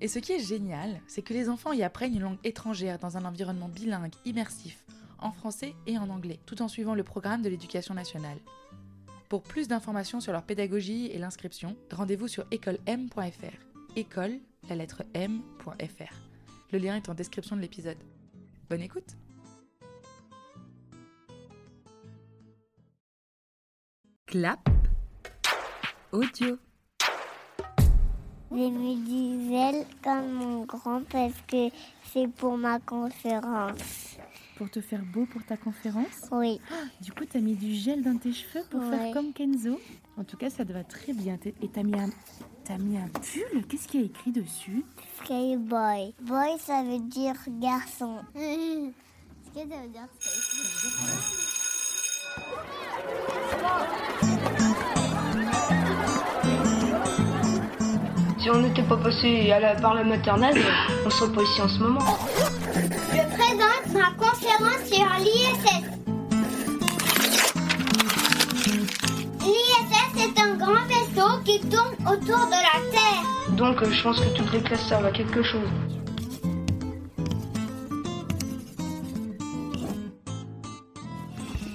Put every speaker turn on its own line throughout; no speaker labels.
Et ce qui est génial, c'est que les enfants y apprennent une langue étrangère dans un environnement bilingue, immersif, en français et en anglais, tout en suivant le programme de l'éducation nationale. Pour plus d'informations sur leur pédagogie et l'inscription, rendez-vous sur écolem.fr. École, la lettre m.fr. Le lien est en description de l'épisode. Bonne écoute
Clap audio.
J'ai mis du zèle comme mon grand parce que c'est pour ma conférence.
Pour te faire beau pour ta conférence Ah,
Oui,
Du coup, t'as mis du gel dans tes cheveux pour
Ouais.
faire comme Kenzo En tout cas, ça te va très bien. T'es- Et t'as mis un... T'as mis un pull Qu'est-ce qu'il y a écrit dessus
Skyboy. Boy, ça veut dire garçon. Est-ce que ça veut dire
Si on n'était pas passé à la, par la maternelle, on serait pas ici en ce moment.
Je présente ma conférence sur l'ISS. L'ISS est un grand vaisseau qui tourne autour de la Terre.
Donc euh, je pense que toutes les classes servent à quelque chose.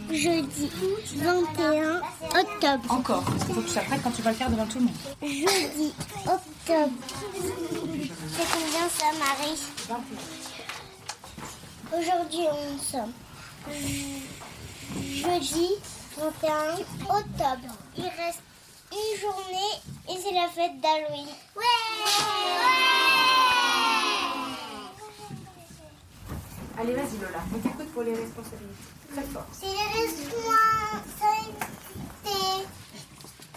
Jeudi 21 octobre.
Encore, parce qu'il faut que tu sois prête quand tu vas le faire devant tout le monde.
Jeudi octobre. C'est combien ça, Marie Aujourd'hui, on sommes jeudi 21 octobre. Il reste une journée et c'est la fête d'Halloween.
Allez, vas-y Lola, on t'écoute pour les responsabilités. Très fort.
C'est les responsabilités.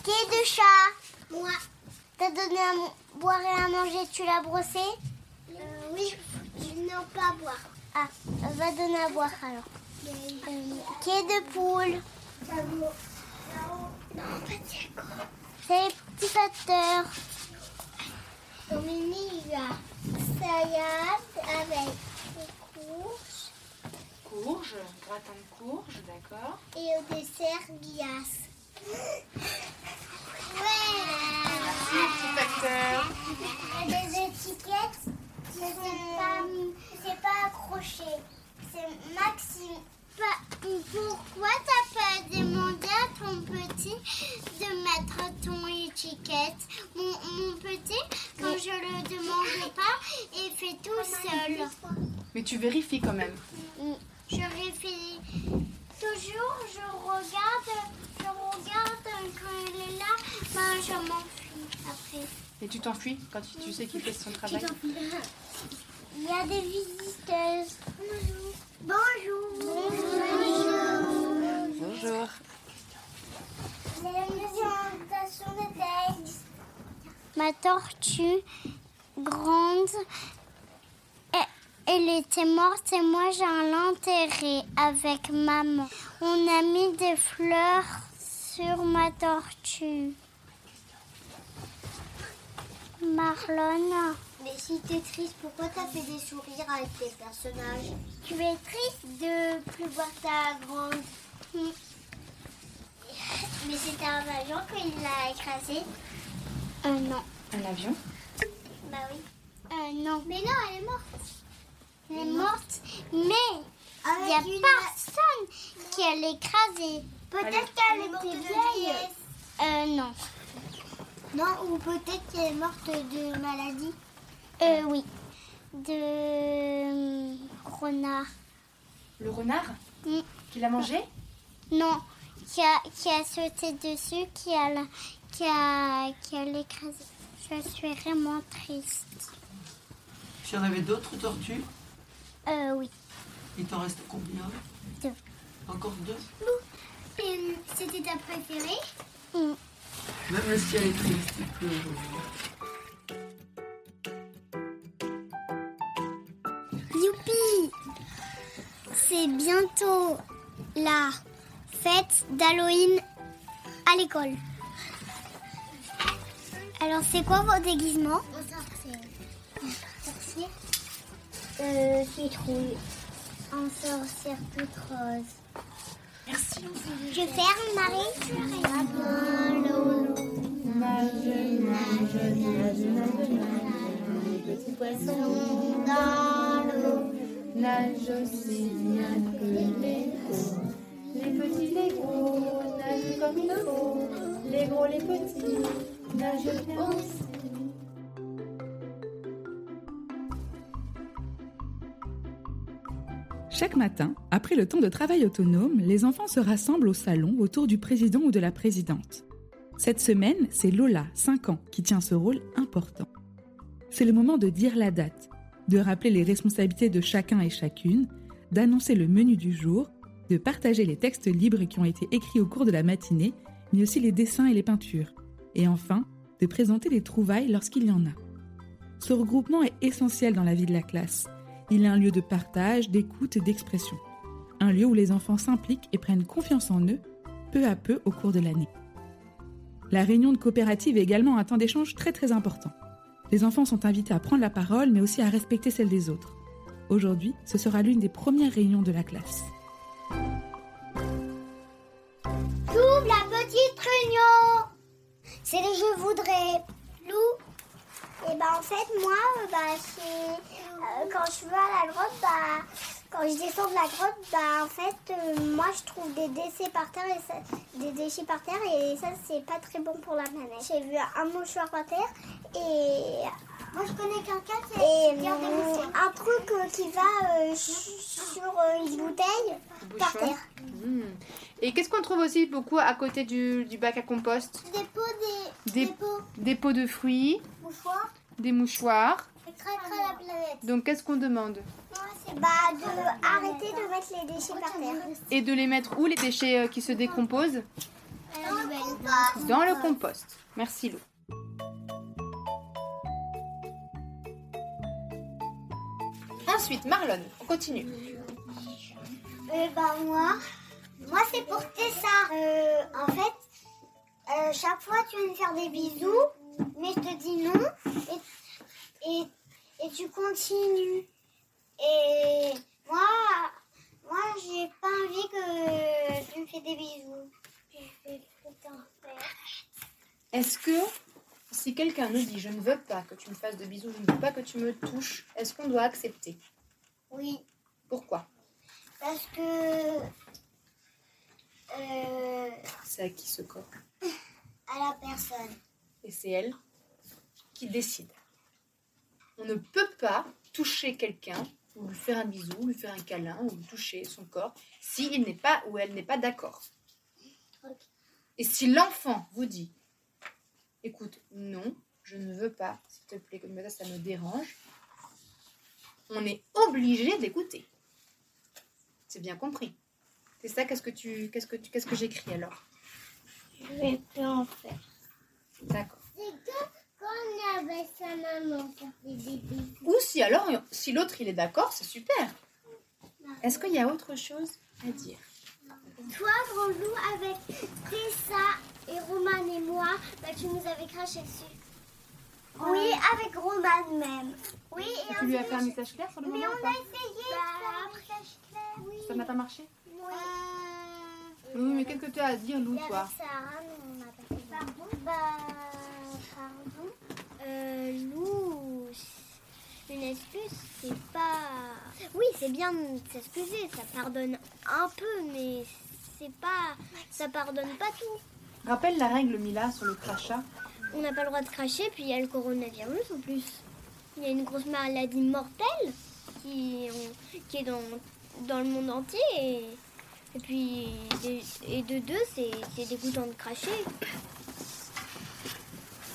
Qui est de chat Moi. T'as donné à m- boire et à manger, tu l'as brossé Euh, Oui. Non, pas boire. Ah, va donner à boire alors. Euh, qui est de poule Non, pas C'est les petits acteurs. Dominique, il a salade avec des courges.
Courge, gratin de courge, d'accord.
Et au dessert, glace. Ouais Des étiquettes, c'est pas, c'est pas accroché. C'est Maxime. Pas- Pourquoi t'as pas demandé à ton petit de mettre ton étiquette mon, mon petit, quand je le demande pas, il fait tout seul.
Mais tu vérifies quand même.
Je réfléchis. Toujours, je regarde, je regarde quand il est là, ben je m'enfuis après.
Et tu t'enfuis quand tu, tu sais qu'il fait son travail.
Il y a des visiteuses. Bonjour. Bonjour. Bonjour.
Bonjour.
C'est la présentation de texte. Ma tortue grande, elle, elle était morte et moi j'ai l'enterré avec maman. On a mis des fleurs sur ma tortue. Marlon. Mais si t'es triste, pourquoi t'as fait des sourires avec tes personnages Tu es triste de plus voir ta grande. Mais c'était un avion qu'il l'a écrasé. Euh, non.
Un avion.
Bah oui. Euh, non. Mais non, elle est morte. Elle est morte, mais il n'y a personne qui a l'écrasé. Peut-être qu'elle était vieille. Euh, non. Non, ou peut-être qu'elle est morte de maladie. Euh, oui. De hum, renard.
Le renard
Mm.
Qu'il a mangé
Non, qui a, qui a sauté dessus, qui a, la- qui a, qui a l'écrasé. Je suis vraiment triste.
Si on avait d'autres tortues,
Euh, oui.
il t'en reste combien
Deux.
Encore deux
C'était ta préférée
Même le ciel est triste, il pleut aujourd'hui.
Youpi C'est bientôt la fête d'Halloween à l'école. Alors, c'est quoi vos déguisements Sorcier. Euh, citrouille. En sorcière toute rose. Merci. Je ferme, Marie
Chaque matin, après le temps de travail autonome, les enfants se rassemblent au salon autour du président ou de la présidente. Cette semaine, c'est Lola, 5 ans, qui tient ce rôle important. C'est le moment de dire la date, de rappeler les responsabilités de chacun et chacune, d'annoncer le menu du jour, de partager les textes libres qui ont été écrits au cours de la matinée, mais aussi les dessins et les peintures, et enfin, de présenter les trouvailles lorsqu'il y en a. Ce regroupement est essentiel dans la vie de la classe. Il est un lieu de partage, d'écoute et d'expression. Un lieu où les enfants s'impliquent et prennent confiance en eux, peu à peu au cours de l'année. La réunion de coopérative est également un temps d'échange très très important. Les enfants sont invités à prendre la parole mais aussi à respecter celle des autres. Aujourd'hui, ce sera l'une des premières réunions de la classe.
J'ouvre la petite réunion. C'est les je voudrais. Lou Et ben en fait, moi, euh, bah, c'est, euh, quand je vais à la grotte, bah, quand je descends de la grotte, bah, en fait, euh, moi, je trouve des déchets par terre et ça, des déchets par terre et ça, c'est pas très bon pour la planète. J'ai vu un mouchoir par terre et moi, je connais quelqu'un qui a un truc euh, qui va euh, ch- sur euh, une bouteille par terre.
Hmm. Et qu'est-ce qu'on trouve aussi beaucoup à côté du, du bac à compost
Des pots, des,
Des- des
pots,
Des pots de fruits,
mouchoirs,
des mouchoirs.
la planète.
Donc qu'est-ce qu'on demande
Bah, de arrêter de mettre les déchets par terre.
Et de les mettre où les déchets euh, qui se décomposent
Hein,
Dans le compost. Merci Lou.
Ensuite, Marlon, on continue.
Euh, bah, moi, moi c'est pour Tessa. Euh, en fait, euh, chaque fois tu veux me faire des bisous, mais je te dis non. Et, et, et tu continues. Et moi, moi j'ai pas envie que tu me fais des bisous.
Est-ce que si quelqu'un nous dit je ne veux pas que tu me fasses de bisous, je ne veux pas que tu me touches, est-ce qu'on doit accepter
Oui.
Pourquoi
Parce que euh,
C'est à qui ce corps
à la personne.
Et c'est elle qui décide. On ne peut pas toucher quelqu'un ou lui faire un bisou, lui faire un câlin ou toucher son corps si il n'est pas ou elle n'est pas d'accord.
Ok.
Et si l'enfant vous dit "Écoute, non, je ne veux pas, s'il te plaît, comme ça ça me dérange." On est obligé d'écouter. C'est bien compris. C'est ça qu'est-ce que tu qu'est-ce que tu qu'est-ce que j'écris alors
Je vais plus en faire.
D'accord.
C'est que quand on est avec sa maman, ça fait des bisous.
Ou si alors, si l'autre il est d'accord, c'est super. Est-ce qu'il y a autre chose à dire
Toi, gros loup, avec Tessa et Roman et moi, bah, tu nous avais craché dessus. Oui, avec Roman même. Oui, et
Tu lui as fait un message clair sur le moment ou pas Bah,
essayé de faire un Oui.
Ça n'a pas marché
Oui,
Oui, mais qu'est-ce que tu as à dire Lou,
Et avec
toi
Sarah, nous, on n'a pas fait Pardon Bah, pardon. Euh, Lou, une excuse, c'est pas... Oui, c'est bien de s'excuser, ça pardonne un peu, mais c'est pas... Ça pardonne pas tout.
Rappelle la règle Mila sur le crachat.
On n'a pas le droit de cracher, puis il y a le coronavirus en plus. Il y a une grosse maladie mortelle qui, on- qui est dans, dans le monde entier, et, et puis... Et, et de deux, c'est c'est dégoûtant de cracher.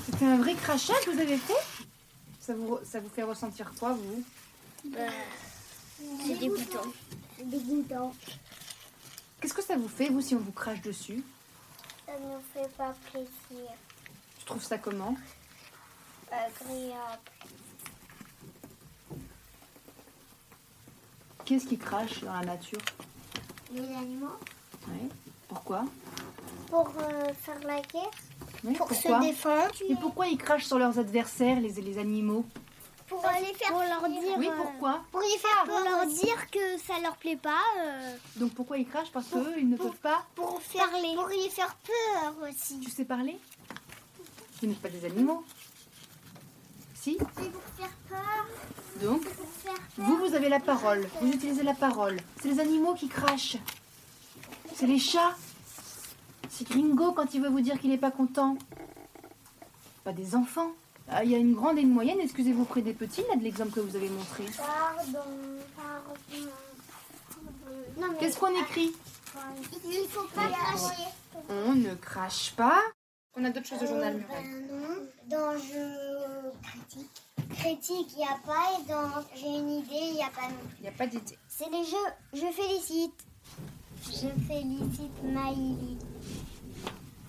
C'était un vrai crachat que vous avez fait ça vous, ça vous fait ressentir quoi, vous
Euh, C'est dégoûtant. Dégoûtant.
Qu'est-ce que ça vous fait, vous, si on vous crache dessus
Ça ne fait pas plaisir.
Tu trouves ça comment
Agréable.
Qu'est-ce qui crache dans la nature
Les animaux.
Ouais. Pourquoi
Pour euh, faire la guerre.
Ouais,
Pour
Pourquoi
se défendre.
Mais pourquoi ils crachent sur leurs adversaires, les, les animaux
Pour euh, les faire leur dire. euh,
Oui, pourquoi
Pour les faire Pour leur dire que ça leur plaît pas. euh,
Donc pourquoi ils crachent Parce qu'eux, ils ne
pour-
peuvent pas.
pour faire Pour les faire peur aussi.
Tu sais parler Ils ne sont pas des animaux. Si
C'est pour faire peur.
Donc,
Pour faire
vous, vous avez la parole. Vous utilisez la parole. C'est les animaux qui crachent. C'est les chats. C'est Gringo quand il veut vous dire qu'il n'est pas content. Pas des enfants. Ah, Il y a une grande et une moyenne. Excusez-vous auprès des petits, là, de l'exemple que vous avez montré.
Pardon. Pardon. Non, mais
Qu'est-ce qu'on écrit
il ne faut pas cracher.
On ne crache pas.
On a d'autres choses au journal, Muriel.
Ben non. Dans je critique. Critique, il n'y a pas. Et dans j'ai une idée, il n'y a pas non plus.
Il n'y a pas d'idée.
C'est les jeux. Je félicite. Je félicite Maïli.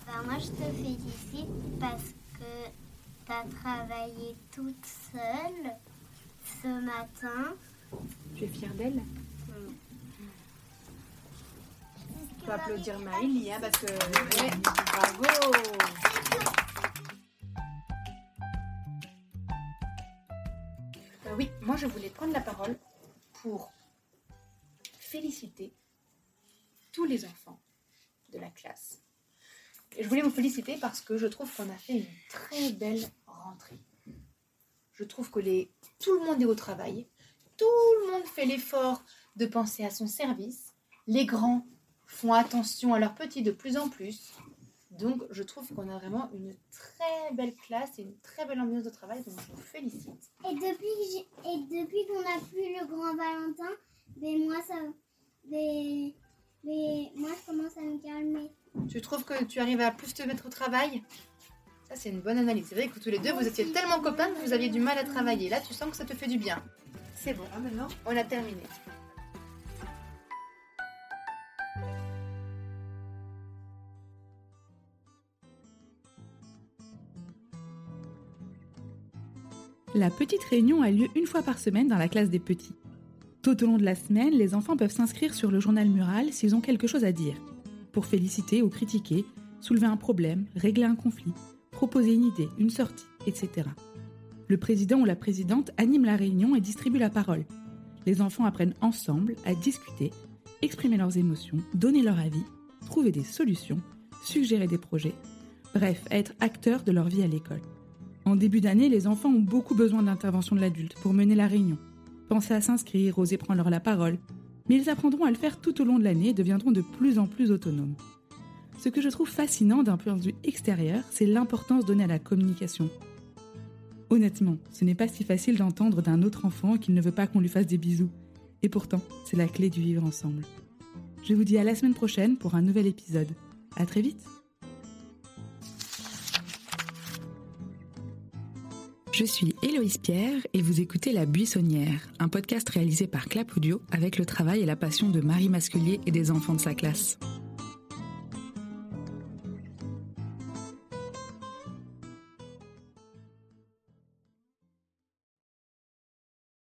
Ben moi, je te félicite parce que tu as travaillé toute seule ce matin.
Je suis fière d'elle. On peut applaudir Maëlie, hein, parce que... Ouais, bravo
Euh, oui, moi je voulais prendre la parole pour féliciter tous les enfants de la classe. Et je voulais vous féliciter parce que je trouve qu'on a fait une très belle rentrée. Je trouve que les... tout le monde est au travail, tout le monde fait l'effort de penser à son service, les grands font attention à leurs petits de plus en plus. Donc je trouve qu'on a vraiment une très belle classe et une très belle ambiance de travail, donc je vous félicite.
Et depuis, que j'ai- et depuis qu'on a plus le grand Valentin, ben moi ça, ben, ben moi je commence à me calmer.
Tu trouves que tu arrives à plus te mettre au travail Ça, c'est une bonne analyse. C'est vrai que tous les deux, vous étiez tellement copains que vous aviez du mal à travailler. Là, tu sens que ça te fait du bien. C'est bon,
Ah, maintenant
on a terminé.
La petite réunion a lieu une fois par semaine dans la classe des petits. Tout au long de la semaine, les enfants peuvent s'inscrire sur le journal mural s'ils ont quelque chose à dire, pour féliciter ou critiquer, soulever un problème, régler un conflit, proposer une idée, une sortie, etc. Le président ou la présidente anime la réunion et distribue la parole. Les enfants apprennent ensemble à discuter, exprimer leurs émotions, donner leur avis, trouver des solutions, suggérer des projets, bref, être acteurs de leur vie à l'école. En début d'année, les enfants ont beaucoup besoin d'intervention de l'adulte pour mener la réunion. Penser à s'inscrire, oser prendre leur la parole. Mais ils apprendront à le faire tout au long de l'année et deviendront de plus en plus autonomes. Ce que je trouve fascinant d'un point de vue extérieur, c'est l'importance donnée à la communication. Honnêtement, ce n'est pas si facile d'entendre d'un autre enfant qu'il ne veut pas qu'on lui fasse des bisous. Et pourtant, c'est la clé du vivre ensemble. Je vous dis à la semaine prochaine pour un nouvel épisode. À très vite!
Je suis Héloïse Pierre et vous écoutez La Buissonnière, un podcast réalisé par Clap Audio avec le travail et la passion de Marie Masculier et des enfants de sa classe.